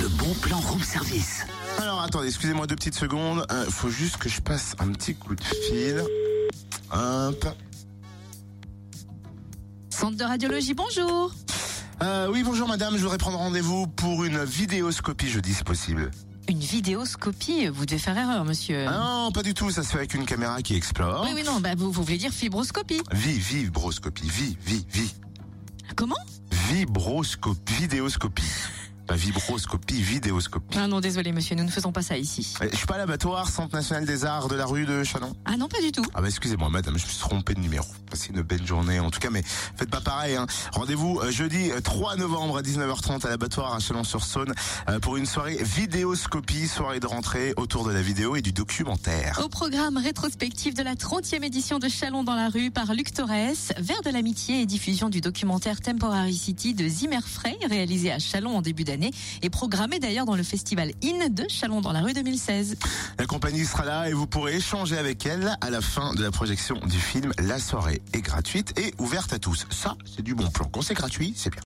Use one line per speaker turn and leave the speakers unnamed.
Le bon plan room service.
Alors attendez, excusez-moi deux petites secondes. Euh, faut juste que je passe un petit coup de fil. Hop.
Centre de radiologie, bonjour.
Euh, oui, bonjour madame, je voudrais prendre rendez-vous pour une vidéoscopie jeudi si possible.
Une vidéoscopie, vous devez faire erreur, monsieur.
Ah non, pas du tout, ça se fait avec une caméra qui explore.
oui, oui, non, bah, vous, vous voulez dire fibroscopie.
Vie, vibroscopie, vie, vie, vie.
Comment
Vibroscopie, vidéoscopie. Pas vibroscopie, vidéoscopie.
Ah non, désolé, monsieur, nous ne faisons pas ça ici.
Euh, Je suis pas à l'abattoir, Centre National des Arts de la rue de Chalon.
Ah non, pas du tout.
Ah bah excusez-moi madame, je me suis trompé de numéro. Passez une belle journée en tout cas, mais faites pas pareil. Hein. Rendez-vous euh, jeudi euh, 3 novembre à 19h30 à l'abattoir à Chalon-sur-Saône euh, pour une soirée vidéoscopie, soirée de rentrée autour de la vidéo et du documentaire.
Au programme rétrospectif de la 30e édition de Chalon dans la rue par Luc Torres, Vers de l'amitié et diffusion du documentaire Temporary City de Zimmer Frey, réalisé à Chalon en début d'année et programmé d'ailleurs dans le festival IN de Chalon dans la rue 2016.
La compagnie sera là et vous pourrez échanger avec elle à la fin de la projection du film. La soirée est gratuite et ouverte à tous. Ça, c'est du bon plan. Quand c'est gratuit, c'est bien.